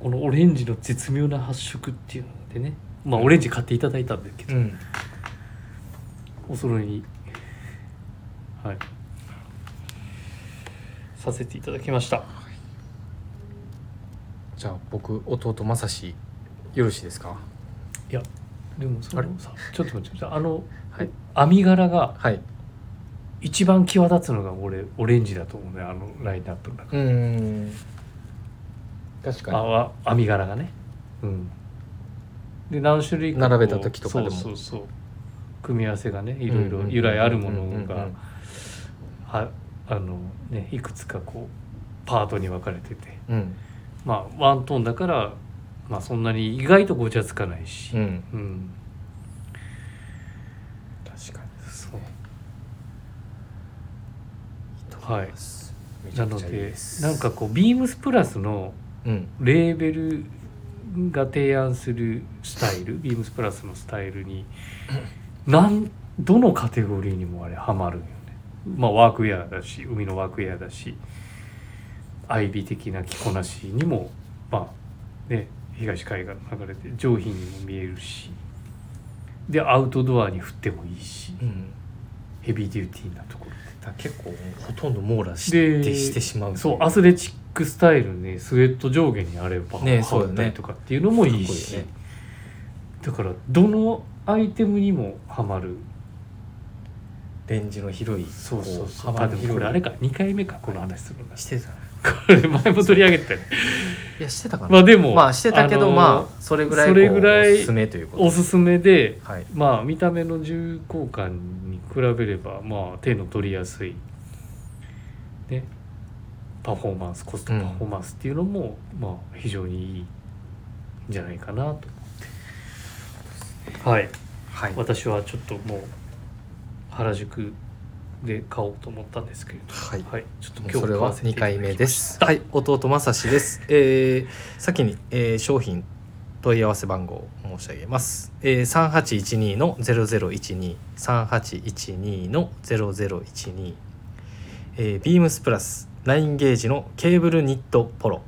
[SPEAKER 2] このオレンジの絶妙な発色っていうのでねまあオレンジ買っていただいたんだけど、
[SPEAKER 1] うん
[SPEAKER 2] お揃いにはいさせていただきました
[SPEAKER 1] じゃあ僕弟まさしよろしいですか
[SPEAKER 2] いやでもそ
[SPEAKER 1] あれ
[SPEAKER 2] のさちょっと待ってくださいあの、
[SPEAKER 1] はい
[SPEAKER 2] 編み柄が
[SPEAKER 1] はい
[SPEAKER 2] 一番際立つのが俺オレンジだと思うねあのラインナップの中、
[SPEAKER 1] うん確かに
[SPEAKER 2] あわ編み柄がねうんで何種類こう
[SPEAKER 1] 並べた時とかでも
[SPEAKER 2] そうそうそう組み合わせがねい
[SPEAKER 1] い
[SPEAKER 2] ろいろ由来あるもの
[SPEAKER 1] うんうんう
[SPEAKER 2] が
[SPEAKER 1] ん
[SPEAKER 2] ああのねいくつかこうパートに分かれてて
[SPEAKER 1] うん
[SPEAKER 2] まあワントーンだからまあそんなに意外とごちゃつかないし
[SPEAKER 1] う、ん
[SPEAKER 2] うん、
[SPEAKER 1] 確か
[SPEAKER 2] そう
[SPEAKER 1] に
[SPEAKER 2] はい
[SPEAKER 1] めち
[SPEAKER 2] な
[SPEAKER 1] ゃく
[SPEAKER 2] の
[SPEAKER 1] ちゃいい
[SPEAKER 2] ですなんかこうビームスプラスの
[SPEAKER 1] うん
[SPEAKER 2] レーベルが提案するスタイルビームスプラスのスタイルになんどのカテゴリーにもあれハマるんよね、まあ、ワークウェアだし海のワークウェアだしアイビー的な着こなしにもまあね東海岸の流れて上品にも見えるしでアウトドアに振ってもいいし
[SPEAKER 1] うん
[SPEAKER 2] ヘビーデューティーなところ
[SPEAKER 1] だから結構ほとんど網羅し
[SPEAKER 2] で
[SPEAKER 1] てしてしまう
[SPEAKER 2] そうアスレチックスタイルにねスウェット上下にあれば
[SPEAKER 1] ね
[SPEAKER 2] 羽織ったりとかっていうのもいいし
[SPEAKER 1] そうだよね
[SPEAKER 2] だからどのアイテムにもハマる
[SPEAKER 1] レンジの広い
[SPEAKER 2] そうそうそう
[SPEAKER 1] こ
[SPEAKER 2] あ
[SPEAKER 1] 幅
[SPEAKER 2] で
[SPEAKER 1] の
[SPEAKER 2] もこ
[SPEAKER 1] 広
[SPEAKER 2] れあ
[SPEAKER 1] い
[SPEAKER 2] れか2回目かこの話するの が
[SPEAKER 1] してた
[SPEAKER 2] これ前も取り上げてたよね
[SPEAKER 1] いやしてたかな
[SPEAKER 2] まあでも
[SPEAKER 1] まあしてたけど、
[SPEAKER 2] あのー
[SPEAKER 1] まあそれぐらい
[SPEAKER 2] それぐらい
[SPEAKER 1] こうおすすめということ
[SPEAKER 2] おすすめで
[SPEAKER 1] はい
[SPEAKER 2] まあ見た目の重厚感に比べればまあ手の取りやすいねパフォーマンスコストパフォーマンスっていうのも、まあ非常にいいんじゃないかなと思ってはい
[SPEAKER 1] はい
[SPEAKER 2] 私はちょっともう原宿で買おうと思ったんですけれど
[SPEAKER 1] はい
[SPEAKER 2] はいちょっと今日
[SPEAKER 1] それ
[SPEAKER 2] 買わ
[SPEAKER 1] は
[SPEAKER 2] せてい
[SPEAKER 1] 2
[SPEAKER 2] ただ
[SPEAKER 1] 回
[SPEAKER 2] きま
[SPEAKER 1] 目
[SPEAKER 2] し
[SPEAKER 1] です。
[SPEAKER 2] た
[SPEAKER 1] はい、弟まさしです。えー、先に、えー商品問い合わせ番号を申し上げます。えー、三八一二のゼロゼロ一二、三八一二のゼロゼロ一二。えー、ビームスプラスナインゲージのケーブルニットポロ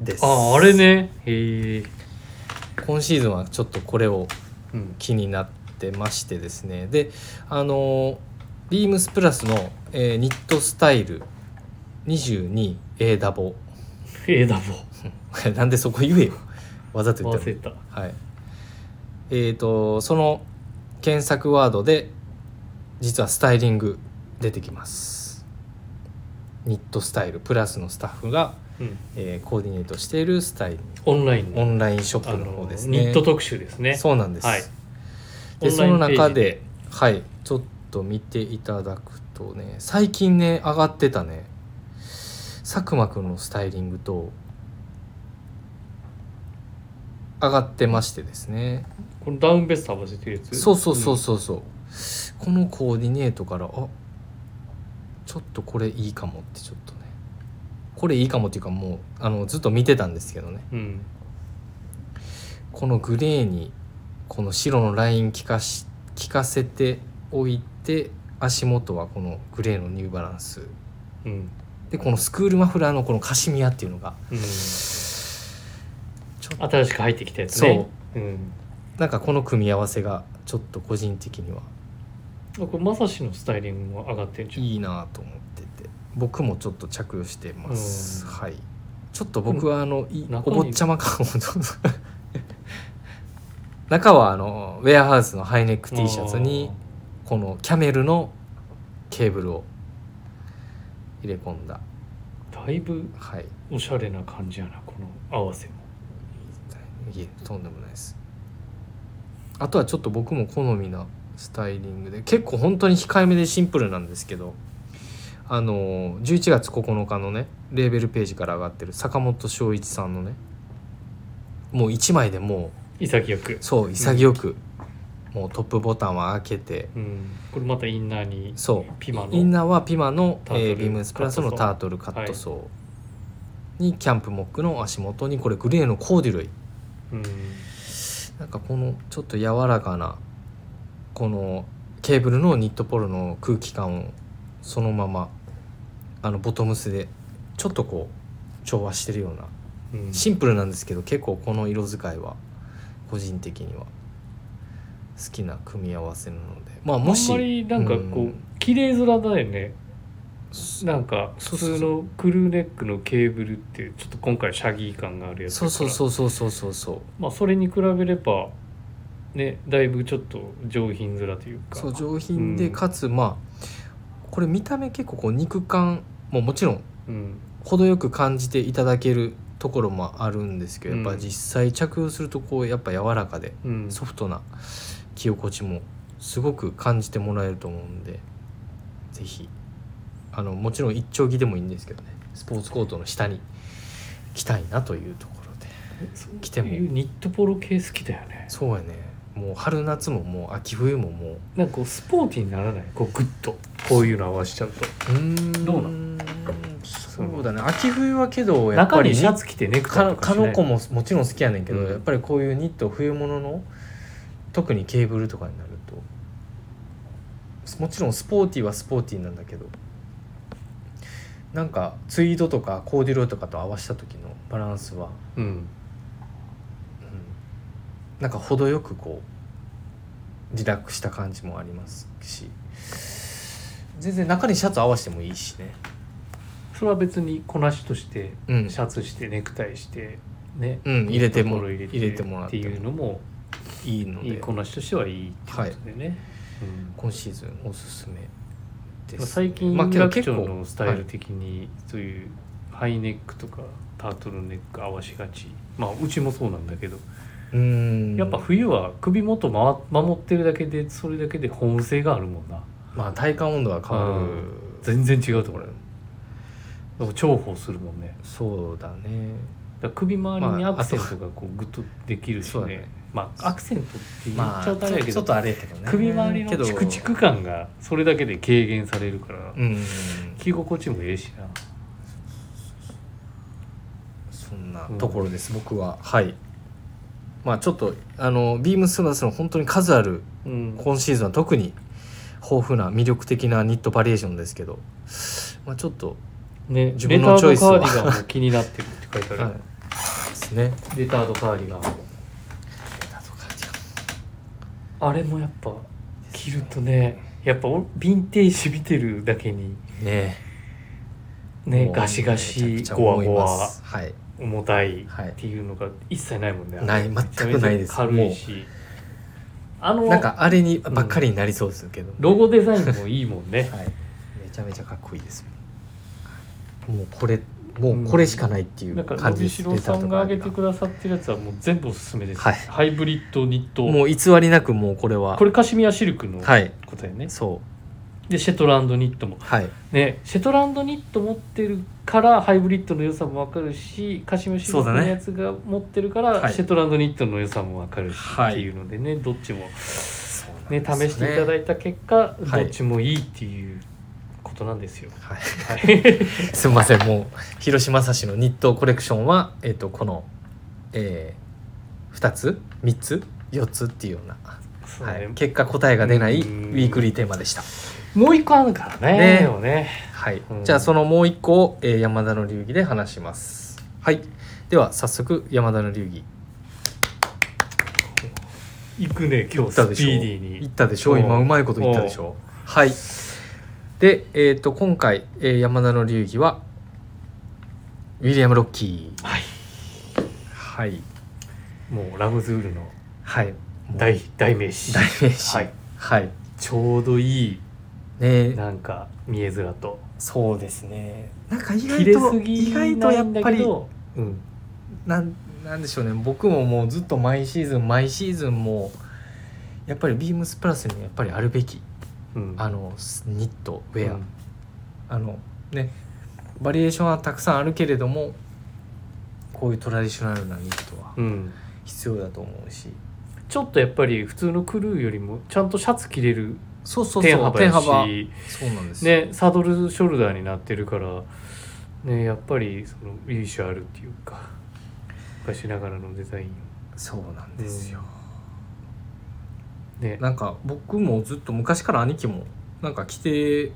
[SPEAKER 1] です。
[SPEAKER 2] あああれ。ねへえ、
[SPEAKER 1] 今シーズンはちょっとこれを
[SPEAKER 2] うん、
[SPEAKER 1] 気になってましてですねであのビームスプラスの、えーニットスタイル 22A ダボ
[SPEAKER 2] A だも
[SPEAKER 1] なんでそこ言えよわざと言っ
[SPEAKER 2] 忘
[SPEAKER 1] た
[SPEAKER 2] れ
[SPEAKER 1] の
[SPEAKER 2] た
[SPEAKER 1] はいえー、とその検索ワードで実はスタイリング出てきますニットスタイルプラスのスタッフが、
[SPEAKER 2] うん
[SPEAKER 1] えーコーディネートしているスタイル
[SPEAKER 2] オンラインの
[SPEAKER 1] オンラインショッ
[SPEAKER 2] あ
[SPEAKER 1] プの方
[SPEAKER 2] の
[SPEAKER 1] ですね
[SPEAKER 2] ニット特集ですね
[SPEAKER 1] そうなんです、
[SPEAKER 2] はい
[SPEAKER 1] でそ
[SPEAKER 2] オ
[SPEAKER 1] の
[SPEAKER 2] ンラインペー
[SPEAKER 1] 中
[SPEAKER 2] ジ
[SPEAKER 1] ではいちょっと見ていただくとね最近ね上がってたね佐久間くんのスタイリングと上がってましてですね
[SPEAKER 2] このダウンベスト合わせてるやつ
[SPEAKER 1] そうそうそうそうそう、このコーディネートからあちょっとこれいいかもってちょっとねこれいいかもっていうかもうあのずっと見てたんですけどね
[SPEAKER 2] うん、うん
[SPEAKER 1] このグレーにこの白のライン効かし効かせておいて足元はこのグレーのニューバランス
[SPEAKER 2] うん
[SPEAKER 1] でこのスクールマフラーのこのカシミヤっていうのが
[SPEAKER 2] うん、
[SPEAKER 1] ちょっと
[SPEAKER 2] 新しく入ってきたやつねそう、
[SPEAKER 1] なんかこの組み合わせがちょっと個人的には
[SPEAKER 2] ん、これまさしのスタイリングも上がってんじゃん
[SPEAKER 1] いいなと思ってて僕もちょっと着用してます
[SPEAKER 2] うん
[SPEAKER 1] はいちょっと僕はあの、い
[SPEAKER 2] 中
[SPEAKER 1] お
[SPEAKER 2] に
[SPEAKER 1] 坊ちゃま感を 中はあのウェアハウスのハイネック T シャツにこのキャメルのケーブルを入れ込んだ
[SPEAKER 2] あーだいぶ
[SPEAKER 1] はい
[SPEAKER 2] おしゃれな感じやなこの合わせも
[SPEAKER 1] いえとんでもないですあとはちょっと僕も好みなスタイリングで結構本当に控えめでシンプルなんですけどあの11月9日のねレーベルページから上がってる坂本翔一さんのねもう1枚でも
[SPEAKER 2] 潔く
[SPEAKER 1] う、そう潔く、もうトップボタンは開けて
[SPEAKER 2] うん、これまたインナーに
[SPEAKER 1] そう
[SPEAKER 2] ピマの
[SPEAKER 1] インナーはピマの、
[SPEAKER 2] タートル
[SPEAKER 1] えービームスプラスのタートルカットソーに、キャンプモックの足元にこれグレーのコーデュロイ
[SPEAKER 2] うん
[SPEAKER 1] なんかこのちょっと柔らかなこのケーブルのニットポロの空気感をそのままあのボトムスでちょっとこう調和してるような
[SPEAKER 2] うん、
[SPEAKER 1] シンプルなんですけど結構この色使いは個人的には好きな組み合わせなのでまあもし
[SPEAKER 2] あんまりなんかこ
[SPEAKER 1] う
[SPEAKER 2] うん綺麗面だよねなんか普通のクルーネックのケーブルってちょっと今回シャギー感があるやつだ
[SPEAKER 1] そ
[SPEAKER 2] か
[SPEAKER 1] う
[SPEAKER 2] ら
[SPEAKER 1] そうそうそうそうそうそう
[SPEAKER 2] まあ、それに比べればねだいぶちょっと上品面というか
[SPEAKER 1] そう上品で、
[SPEAKER 2] うん
[SPEAKER 1] かつまあこれ見た目結構こう肉感ももちろん
[SPEAKER 2] うん
[SPEAKER 1] 程よく感じていただけるところもあるんですけど、やっ
[SPEAKER 2] う
[SPEAKER 1] ぱ
[SPEAKER 2] ん
[SPEAKER 1] 実際着用するとこうやっぱ柔らかで
[SPEAKER 2] うん
[SPEAKER 1] ソフトな着心地もすごく感じてもらえると思うんでぜひあのもちろん一丁着でもいいんですけどねスポーツコートの下に着たいなというところで
[SPEAKER 2] そう
[SPEAKER 1] 着ても
[SPEAKER 2] いうニットポロ系好きだよね
[SPEAKER 1] そうやねもう春夏ももう秋冬ももう
[SPEAKER 2] なんかこうスポーティーにならないこうグッとこういうの合わせちゃうと
[SPEAKER 1] うーん
[SPEAKER 2] どうな
[SPEAKER 1] そうだね秋冬はけどやっ
[SPEAKER 2] 中
[SPEAKER 1] ぱり
[SPEAKER 2] にシャツ着てネクタ
[SPEAKER 1] か
[SPEAKER 2] イとか
[SPEAKER 1] か
[SPEAKER 2] しな
[SPEAKER 1] の
[SPEAKER 2] い
[SPEAKER 1] 子ももちろん好きやねんけど、
[SPEAKER 2] うん
[SPEAKER 1] やっぱりこういうニット冬物の特にケーブルとかになるともちろんスポーティーはスポーティーなんだけどなんかツイードとかコーデュロイとかと合わせた時のバランスは、
[SPEAKER 2] うん
[SPEAKER 1] うん、なんか程よくこうリラックスした感じもありますし全然中にシャツ合わせてもいいしね。
[SPEAKER 2] それは別にこなしとして
[SPEAKER 1] うん
[SPEAKER 2] シャツしてネクタイしてね、
[SPEAKER 1] うん入れても
[SPEAKER 2] 懐入れて
[SPEAKER 1] 入れてもらって
[SPEAKER 2] っていうのも
[SPEAKER 1] いいので
[SPEAKER 2] いいこなしとしてはいいってことでね、うん
[SPEAKER 1] 今シーズンおすすめです、
[SPEAKER 2] まあ最近
[SPEAKER 1] まあけど
[SPEAKER 2] 楽
[SPEAKER 1] 結
[SPEAKER 2] 長
[SPEAKER 1] 構
[SPEAKER 2] のスタイ
[SPEAKER 1] は
[SPEAKER 2] ル
[SPEAKER 1] い
[SPEAKER 2] 的にそういうハイネックとかタートルネック合わしがちまあうちもそうなんだけど、
[SPEAKER 1] うーん
[SPEAKER 2] やっぱ冬は首元ま守ってるだけでそれだけで保温性があるもんな
[SPEAKER 1] まあ体感温度が変わる、
[SPEAKER 2] うん全然違うところだよだから重宝するもんね
[SPEAKER 1] そうだね
[SPEAKER 2] だから首周りに
[SPEAKER 1] まあ
[SPEAKER 2] アクセントがこうグッとできるし
[SPEAKER 1] そうだ
[SPEAKER 2] ね
[SPEAKER 1] ね,、
[SPEAKER 2] まあ、アクセントって言っ
[SPEAKER 1] まあ
[SPEAKER 2] ちゃうとあれやけ
[SPEAKER 1] ちょ
[SPEAKER 2] ど、
[SPEAKER 1] っとあれやけどね
[SPEAKER 2] 首周り
[SPEAKER 1] け
[SPEAKER 2] の
[SPEAKER 1] ど
[SPEAKER 2] チクチク感がそれだけで軽減されるから、
[SPEAKER 1] うん
[SPEAKER 2] 着心地もええしな
[SPEAKER 1] そんなところです、僕ははいまあちょっとあのビームスプラスの本当に数ある
[SPEAKER 2] うん
[SPEAKER 1] 今シーズンは特に豊富な魅力的なニットバリエーションですけど、まあ、ちょっと、
[SPEAKER 2] ね
[SPEAKER 1] 自分のチョイスは
[SPEAKER 2] レタードカーディガンも気になってるって書いてある、
[SPEAKER 1] はい、ですね
[SPEAKER 2] レタードカーディガンあれもやっぱ着るとねやっぱおヴィンテージ見てるだけに
[SPEAKER 1] ね
[SPEAKER 2] ね
[SPEAKER 1] もう
[SPEAKER 2] ガシガシ
[SPEAKER 1] めちゃくちゃ
[SPEAKER 2] ゴワ
[SPEAKER 1] 思い
[SPEAKER 2] ゴ
[SPEAKER 1] ま
[SPEAKER 2] ワ
[SPEAKER 1] すはい
[SPEAKER 2] 重たいっ
[SPEAKER 1] はい
[SPEAKER 2] ていうのが一切ないもんね
[SPEAKER 1] ない
[SPEAKER 2] あれ
[SPEAKER 1] 全くないです
[SPEAKER 2] めちゃめちゃ軽いしあの
[SPEAKER 1] なんかあれにばっかりになりそうですけど、
[SPEAKER 2] ロゴデザインもいいもんね
[SPEAKER 1] はい、めちゃめちゃかっこいいですもうこれもうこれしかないっていう
[SPEAKER 2] なんか
[SPEAKER 1] 感じ
[SPEAKER 2] 伸び
[SPEAKER 1] です、
[SPEAKER 2] しろさんが挙げてく
[SPEAKER 1] る
[SPEAKER 2] ださってるやつはもう全部おすすめです、
[SPEAKER 1] はい
[SPEAKER 2] ハイブリッドニット
[SPEAKER 1] もう偽りなくもうこれは
[SPEAKER 2] これカシミヤシルクの答
[SPEAKER 1] はい
[SPEAKER 2] えね、
[SPEAKER 1] そう
[SPEAKER 2] でシェトランドニットも
[SPEAKER 1] はい
[SPEAKER 2] ねシェトランドニット持ってるからハイブリッドの良さも分かるしカシミヤシルク
[SPEAKER 1] そうだ
[SPEAKER 2] の
[SPEAKER 1] ね
[SPEAKER 2] やつが持ってるから、
[SPEAKER 1] はい
[SPEAKER 2] シェトランドニットの良さも分かるし、
[SPEAKER 1] はい
[SPEAKER 2] っていうのでねどっちも、
[SPEAKER 1] そうなん
[SPEAKER 2] ね、
[SPEAKER 1] ですよ
[SPEAKER 2] 試していただ
[SPEAKER 1] ね
[SPEAKER 2] いた結果、
[SPEAKER 1] はい
[SPEAKER 2] どっちもいいっていうことなんですよ。
[SPEAKER 1] はい、
[SPEAKER 2] はい、
[SPEAKER 1] すみませんもう広島サシのニットコレクションは、えっとこの、えー、2つ3つ4つっていうような、
[SPEAKER 2] そう
[SPEAKER 1] はい
[SPEAKER 2] ね、
[SPEAKER 1] 結果答えが出ないウ
[SPEAKER 2] う
[SPEAKER 1] ィ
[SPEAKER 2] ん
[SPEAKER 1] ークリーテーマでした
[SPEAKER 2] もう一個あるからね
[SPEAKER 1] ね
[SPEAKER 2] でもね
[SPEAKER 1] はい、
[SPEAKER 2] うん
[SPEAKER 1] じゃあそのもう一個を、えー山田の流儀で話しますはいでは早速山田の流儀
[SPEAKER 2] 行くね今日
[SPEAKER 1] 言っ
[SPEAKER 2] ス
[SPEAKER 1] たで
[SPEAKER 2] ピ
[SPEAKER 1] しょ
[SPEAKER 2] ーディー
[SPEAKER 1] 言っ
[SPEAKER 2] に
[SPEAKER 1] たでしょ
[SPEAKER 2] うん
[SPEAKER 1] 今うまいこと言ったでしょはいで、えー、と今回、えー山田の流儀はウィリアム・ロッキー
[SPEAKER 2] はい
[SPEAKER 1] はい
[SPEAKER 2] もうラムズールの
[SPEAKER 1] はい
[SPEAKER 2] 代代名詞
[SPEAKER 1] 代名詞
[SPEAKER 2] はい、
[SPEAKER 1] はい
[SPEAKER 2] ちょうどいい
[SPEAKER 1] ね
[SPEAKER 2] なんか見えづらと
[SPEAKER 1] そうですねなんか意
[SPEAKER 2] 切
[SPEAKER 1] 外
[SPEAKER 2] れ
[SPEAKER 1] と
[SPEAKER 2] す
[SPEAKER 1] 意
[SPEAKER 2] ぎな
[SPEAKER 1] 外とや
[SPEAKER 2] いん
[SPEAKER 1] っ
[SPEAKER 2] だ
[SPEAKER 1] ぱ
[SPEAKER 2] け
[SPEAKER 1] り
[SPEAKER 2] ど、うん、
[SPEAKER 1] なんなんでしょうね僕ももうずっと毎シーズン毎シーズンもうやっぱりビームスプラスにやっぱりあるべき
[SPEAKER 2] うん、
[SPEAKER 1] あのスニットウェア、
[SPEAKER 2] うん
[SPEAKER 1] あのねバリエーションはたくさんあるけれどもこういうトラディショナルなニットは
[SPEAKER 2] うん、
[SPEAKER 1] 必要だと思うし、
[SPEAKER 2] ちょっとやっぱり普通のクルーよりもちゃんとシャツ着れる
[SPEAKER 1] そうそうそう
[SPEAKER 2] 天幅やし
[SPEAKER 1] そうなんですよ
[SPEAKER 2] ね、サドルショルダーになってるから、ね、やっぱりその由緒あるっていうか昔ながらのデザイン、
[SPEAKER 1] そうなんですよ、
[SPEAKER 2] ね、
[SPEAKER 1] なんか僕もずっと昔から兄貴もなんか着て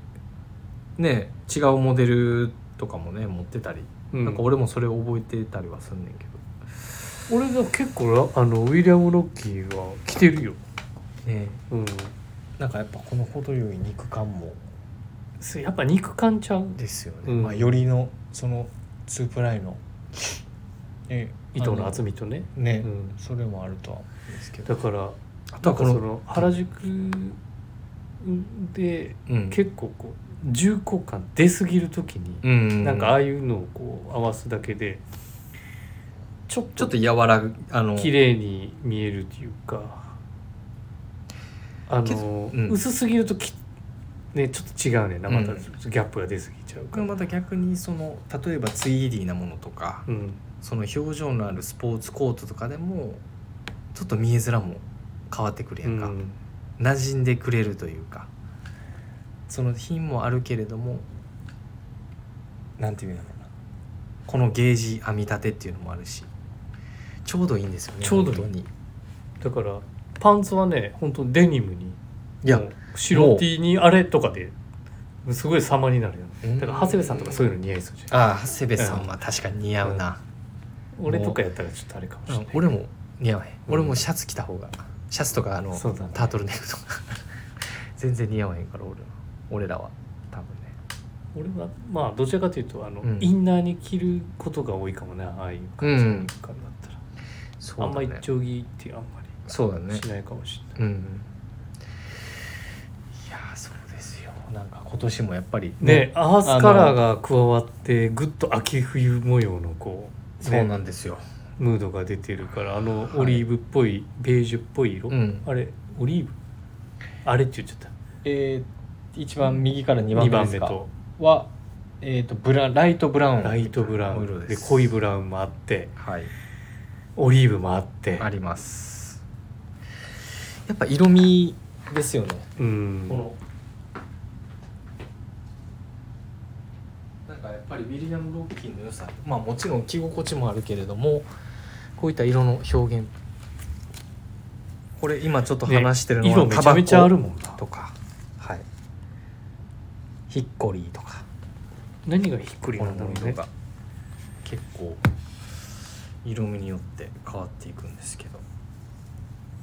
[SPEAKER 1] ね違うモデルとかもね持ってたり、
[SPEAKER 2] うん
[SPEAKER 1] なんか俺もそれを覚えてたりはすんねんけ
[SPEAKER 2] 俺が結構ラあのウィリアム・ロッキーは着てるよ、
[SPEAKER 1] ど、ね、
[SPEAKER 2] うん、
[SPEAKER 1] なんかやっぱこの程よい肉感も
[SPEAKER 2] すやっぱ肉感ちゃう
[SPEAKER 1] ですよね、
[SPEAKER 2] うん
[SPEAKER 1] まあ、よりのそのツープライの、ね
[SPEAKER 2] 糸の厚みとね、
[SPEAKER 1] あのね、
[SPEAKER 2] うん、
[SPEAKER 1] それもあるとは思うんですけど
[SPEAKER 2] だから
[SPEAKER 1] あと
[SPEAKER 2] な
[SPEAKER 1] は
[SPEAKER 2] んか
[SPEAKER 1] こ
[SPEAKER 2] そ
[SPEAKER 1] の
[SPEAKER 2] の原宿で
[SPEAKER 1] うん
[SPEAKER 2] 結構こう重厚感出すぎる時に、
[SPEAKER 1] うん
[SPEAKER 2] なんかああいうのをこう合わすだけでちょっ
[SPEAKER 1] ちょっと
[SPEAKER 2] と
[SPEAKER 1] 柔らかあの
[SPEAKER 2] 綺麗に見えるというかあ
[SPEAKER 1] け
[SPEAKER 2] の、
[SPEAKER 1] うん
[SPEAKER 2] 薄すぎるときねちょっと違うねんなまた
[SPEAKER 1] うん
[SPEAKER 2] ギャップが出すぎちゃう
[SPEAKER 1] こ
[SPEAKER 2] か
[SPEAKER 1] れ
[SPEAKER 2] ら、
[SPEAKER 1] また逆にその例えば 3D なものとか
[SPEAKER 2] うん、
[SPEAKER 1] その表情のあるスポーツコートとかでもちょっと見えづらも変わってくるやんか、
[SPEAKER 2] うん
[SPEAKER 1] 馴染んでくれるというかその品もあるけれどもなんていうんだろうなこのゲージ編み立てっていうのもあるしちょうどいいんですよね
[SPEAKER 2] ちょうどいい
[SPEAKER 1] 本当に
[SPEAKER 2] だからパンツはね本当デニムに
[SPEAKER 1] いや
[SPEAKER 2] もう白 T にあれとかですごい様になるよ
[SPEAKER 1] うん
[SPEAKER 2] ねだから長谷部さんとかそういうの似合いそうじゃん
[SPEAKER 1] ああ長谷部さんは確かに似合うな、
[SPEAKER 2] 俺とかやったらちょっとあれかもし
[SPEAKER 1] う
[SPEAKER 2] れない
[SPEAKER 1] ん、俺も似合わへん、
[SPEAKER 2] うん
[SPEAKER 1] 俺もシャツ着た方がシャツとかあの、
[SPEAKER 2] そうだね
[SPEAKER 1] タートルネックとか全然似合わへんから俺は俺らは多分ね
[SPEAKER 2] 俺はまあどちらかというとあの、
[SPEAKER 1] うん
[SPEAKER 2] インナーに着ることが多いかもねああいう感じの感だったら、
[SPEAKER 1] そうだ
[SPEAKER 2] あ
[SPEAKER 1] ね
[SPEAKER 2] んまり定規ってあんま
[SPEAKER 1] そうだ
[SPEAKER 2] り
[SPEAKER 1] ね
[SPEAKER 2] しないかもしれない、
[SPEAKER 1] うんいやーそうですよなんか今年もやっぱり
[SPEAKER 2] ねアースカラーが加わってぐっと秋冬模様のこう,、
[SPEAKER 1] そ
[SPEAKER 2] ね
[SPEAKER 1] うなんですよ、
[SPEAKER 2] ムードが出てるからあの
[SPEAKER 1] はい
[SPEAKER 2] オリーブっぽい、ベージュっぽい色、
[SPEAKER 1] うん
[SPEAKER 2] あれオリーブあれって言っちゃった
[SPEAKER 1] えー、一番右から2
[SPEAKER 2] 2
[SPEAKER 1] 番
[SPEAKER 2] 番
[SPEAKER 1] 目
[SPEAKER 2] 目
[SPEAKER 1] ですか
[SPEAKER 2] と
[SPEAKER 1] は、えー、とブラライトブラウン
[SPEAKER 2] ライトブラウ
[SPEAKER 1] の色
[SPEAKER 2] ン
[SPEAKER 1] で
[SPEAKER 2] です濃いブラウンもあって
[SPEAKER 1] はい
[SPEAKER 2] オリーブもあって
[SPEAKER 1] ありますやっぱ色味ですよね
[SPEAKER 2] うん
[SPEAKER 1] このなんかやっぱりウィリアム・ロッキンの良さまあもちろん着心地もあるけれどもこういった色の表現これ今ちょっと話してるのは、
[SPEAKER 2] 色めちゃめちゃあるもんな
[SPEAKER 1] とかはいヒッコリーとか
[SPEAKER 2] 何がひっくり
[SPEAKER 1] こ
[SPEAKER 2] な
[SPEAKER 1] の
[SPEAKER 2] んだろ
[SPEAKER 1] も
[SPEAKER 2] う
[SPEAKER 1] の
[SPEAKER 2] ね
[SPEAKER 1] が結構色味によって変わっていくんですけど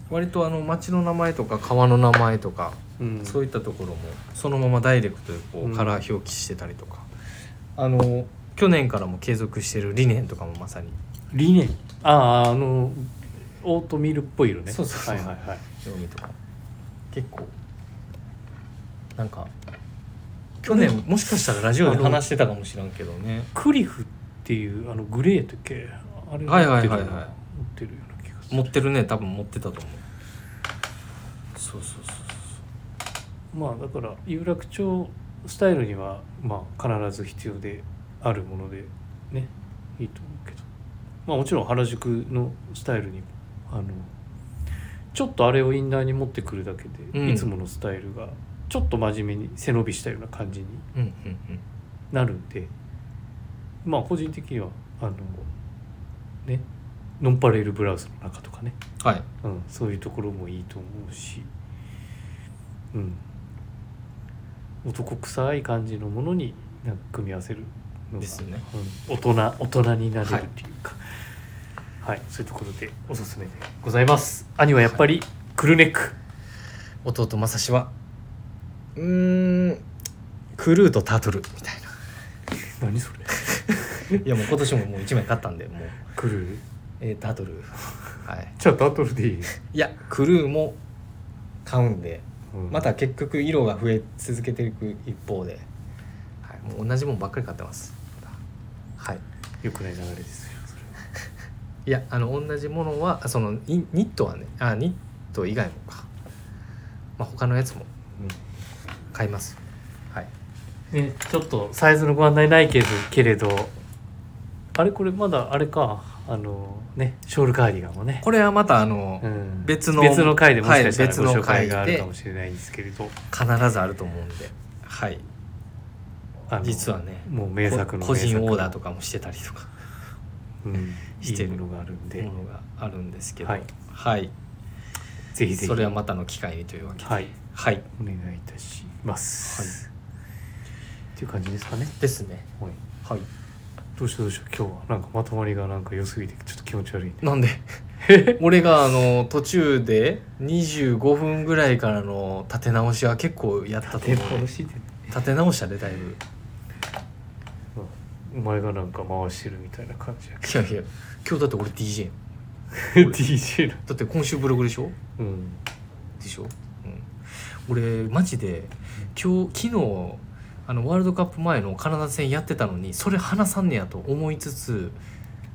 [SPEAKER 1] 割とあの街の名前とか川の名前とか
[SPEAKER 2] うん
[SPEAKER 1] そういったところもそのままダイレクトでこ
[SPEAKER 2] う
[SPEAKER 1] うんカラー表記してたりとか、あの去年からも継続してる理念とかもまさに
[SPEAKER 2] 理念あああのオートミールっぽい色ね
[SPEAKER 1] そうそうそう
[SPEAKER 2] はいはいはい
[SPEAKER 1] 読みとか結構なんか去年もしかしたらラジオで話してたかもしらんけどね
[SPEAKER 2] クリフっていうあのグレーとけあれ
[SPEAKER 1] はいはいはいはい
[SPEAKER 2] 持ってるような気がする
[SPEAKER 1] 持ってるね多分持ってたと思うそうそうそう
[SPEAKER 2] まあだから有楽町スタイルにはまあ必ず必要であるものでねいいと思うけどまあもちろん原宿のスタイルにもあのちょっとあれをインナーに持ってくるだけで、
[SPEAKER 1] うん
[SPEAKER 2] いつものスタイルがちょっと真面目に背伸びしたような感じに
[SPEAKER 1] そううんうんうん
[SPEAKER 2] なるんでまあ個人的にはあのねノンパレルブラウスの中とかね、
[SPEAKER 1] はい
[SPEAKER 2] うん、そういうところもいいと思うし、うん、男臭い感じのものになんか組み合わせるのが
[SPEAKER 1] ですね
[SPEAKER 2] うん、大人大人になれるっていうか、はいそういうところでおすすめでございます兄はやっぱりクルネック、
[SPEAKER 1] 弟正志はうーんクルーとタートルみたいな
[SPEAKER 2] 何それ
[SPEAKER 1] いやもう今年ももう1枚買ったんでもう
[SPEAKER 2] クルー
[SPEAKER 1] えー、タートルはい
[SPEAKER 2] じゃあタートルでいい、
[SPEAKER 1] いやクルーも買うんで
[SPEAKER 2] うん
[SPEAKER 1] また結局色が増え続けていく一方で、はい、もう同じもんばっかり買ってますはい
[SPEAKER 2] 良くない流れですよそれはい
[SPEAKER 1] やあの同じものはあそのいニットはねあニット以外もかまあ他のやつも買いますはい
[SPEAKER 2] ね、ちょっとサイズのご案内ないけどけれどあれこれまだあれかあのねショールカーディガンもね、
[SPEAKER 1] これはまたあの、
[SPEAKER 2] うん
[SPEAKER 1] 別の
[SPEAKER 2] 別の回でもしかした
[SPEAKER 1] は
[SPEAKER 2] ら
[SPEAKER 1] い別
[SPEAKER 2] ご
[SPEAKER 1] の
[SPEAKER 2] 紹
[SPEAKER 1] 回
[SPEAKER 2] 介
[SPEAKER 1] で
[SPEAKER 2] があるかもしれないんですけれど、
[SPEAKER 1] 必ずあると思うんではい
[SPEAKER 2] あの
[SPEAKER 1] 実はね
[SPEAKER 2] もう名作の
[SPEAKER 1] こ個人
[SPEAKER 2] 名作の
[SPEAKER 1] オーダーとかもしてたりとか
[SPEAKER 2] うん、
[SPEAKER 1] してる
[SPEAKER 2] いいものがあるんで、
[SPEAKER 1] ものがあるんですけど
[SPEAKER 2] はい
[SPEAKER 1] はい
[SPEAKER 2] ぜひぜひ
[SPEAKER 1] それはまたの機会にというわけで
[SPEAKER 2] はい
[SPEAKER 1] はい
[SPEAKER 2] お願いいたします、っていう感じですかね、
[SPEAKER 1] ですね
[SPEAKER 2] はい、
[SPEAKER 1] はい
[SPEAKER 2] どうしようどうしよう今日はなんかまとまりがなんか良すぎてちょっと気持ち悪いね
[SPEAKER 1] なん で俺があの途中で25分ぐらいからの立て直しは結構やったと思う、ね、
[SPEAKER 2] しいで
[SPEAKER 1] 立て直したでだいぶ
[SPEAKER 2] お前がなんか回してるみたいな感じやけ
[SPEAKER 1] いやいや今日だって俺 DJ やん
[SPEAKER 2] ど DJ の
[SPEAKER 1] だって今週ブログでしょ
[SPEAKER 2] うん
[SPEAKER 1] でしょ、うん、俺マジで今日昨日あのワールドカップ前のカナダ戦やってたのにそれ話さんねやと思いつつ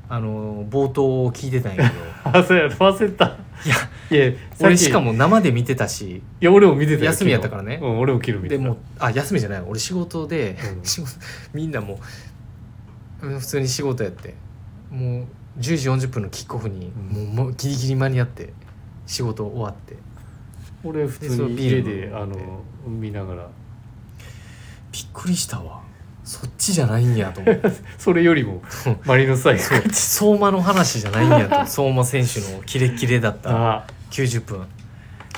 [SPEAKER 1] あの冒頭を聞いてたんや けど
[SPEAKER 2] あそうや忘れた
[SPEAKER 1] いや
[SPEAKER 2] いやさっ
[SPEAKER 1] 俺
[SPEAKER 2] き
[SPEAKER 1] しかも生で見てたし
[SPEAKER 2] いや俺も見てたよ
[SPEAKER 1] 休みやったからね
[SPEAKER 2] 昨日うん、俺も昨日見
[SPEAKER 1] で
[SPEAKER 2] てた
[SPEAKER 1] もうあ休みじゃない俺仕事で、
[SPEAKER 2] うん
[SPEAKER 1] 仕事みんなもううん普通に仕事やってもう10時40分のキックオフに、
[SPEAKER 2] ん
[SPEAKER 1] もうもうギリギリ間に合って仕事終わって
[SPEAKER 2] 俺普
[SPEAKER 1] で
[SPEAKER 2] 通
[SPEAKER 1] そう
[SPEAKER 2] に
[SPEAKER 1] ビー
[SPEAKER 2] 家
[SPEAKER 1] ル
[SPEAKER 2] で
[SPEAKER 1] 飲
[SPEAKER 2] あ
[SPEAKER 1] んで
[SPEAKER 2] の見ながら
[SPEAKER 1] びっくりしたわそっちじゃないんやと思って
[SPEAKER 2] それよりも
[SPEAKER 1] うん
[SPEAKER 2] マリノスサイド
[SPEAKER 1] 相馬の話じゃないんやと 相馬選手のキレッキレだった
[SPEAKER 2] あ
[SPEAKER 1] 90分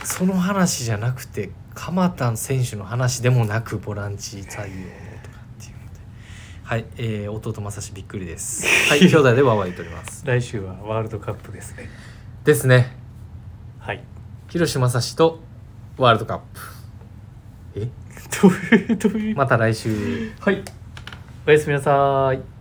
[SPEAKER 1] その話じゃなくて鎌田選手の話でもなくボランチ採用のとかっていうのではい、えー、弟正志びっくり ですはい兄弟でワーワー言っております
[SPEAKER 2] 来週はワールドカップですね
[SPEAKER 1] ですね
[SPEAKER 2] はい
[SPEAKER 1] 広島正志とワールドカップえ
[SPEAKER 2] というという
[SPEAKER 1] また来週
[SPEAKER 2] はいおやすみなさーい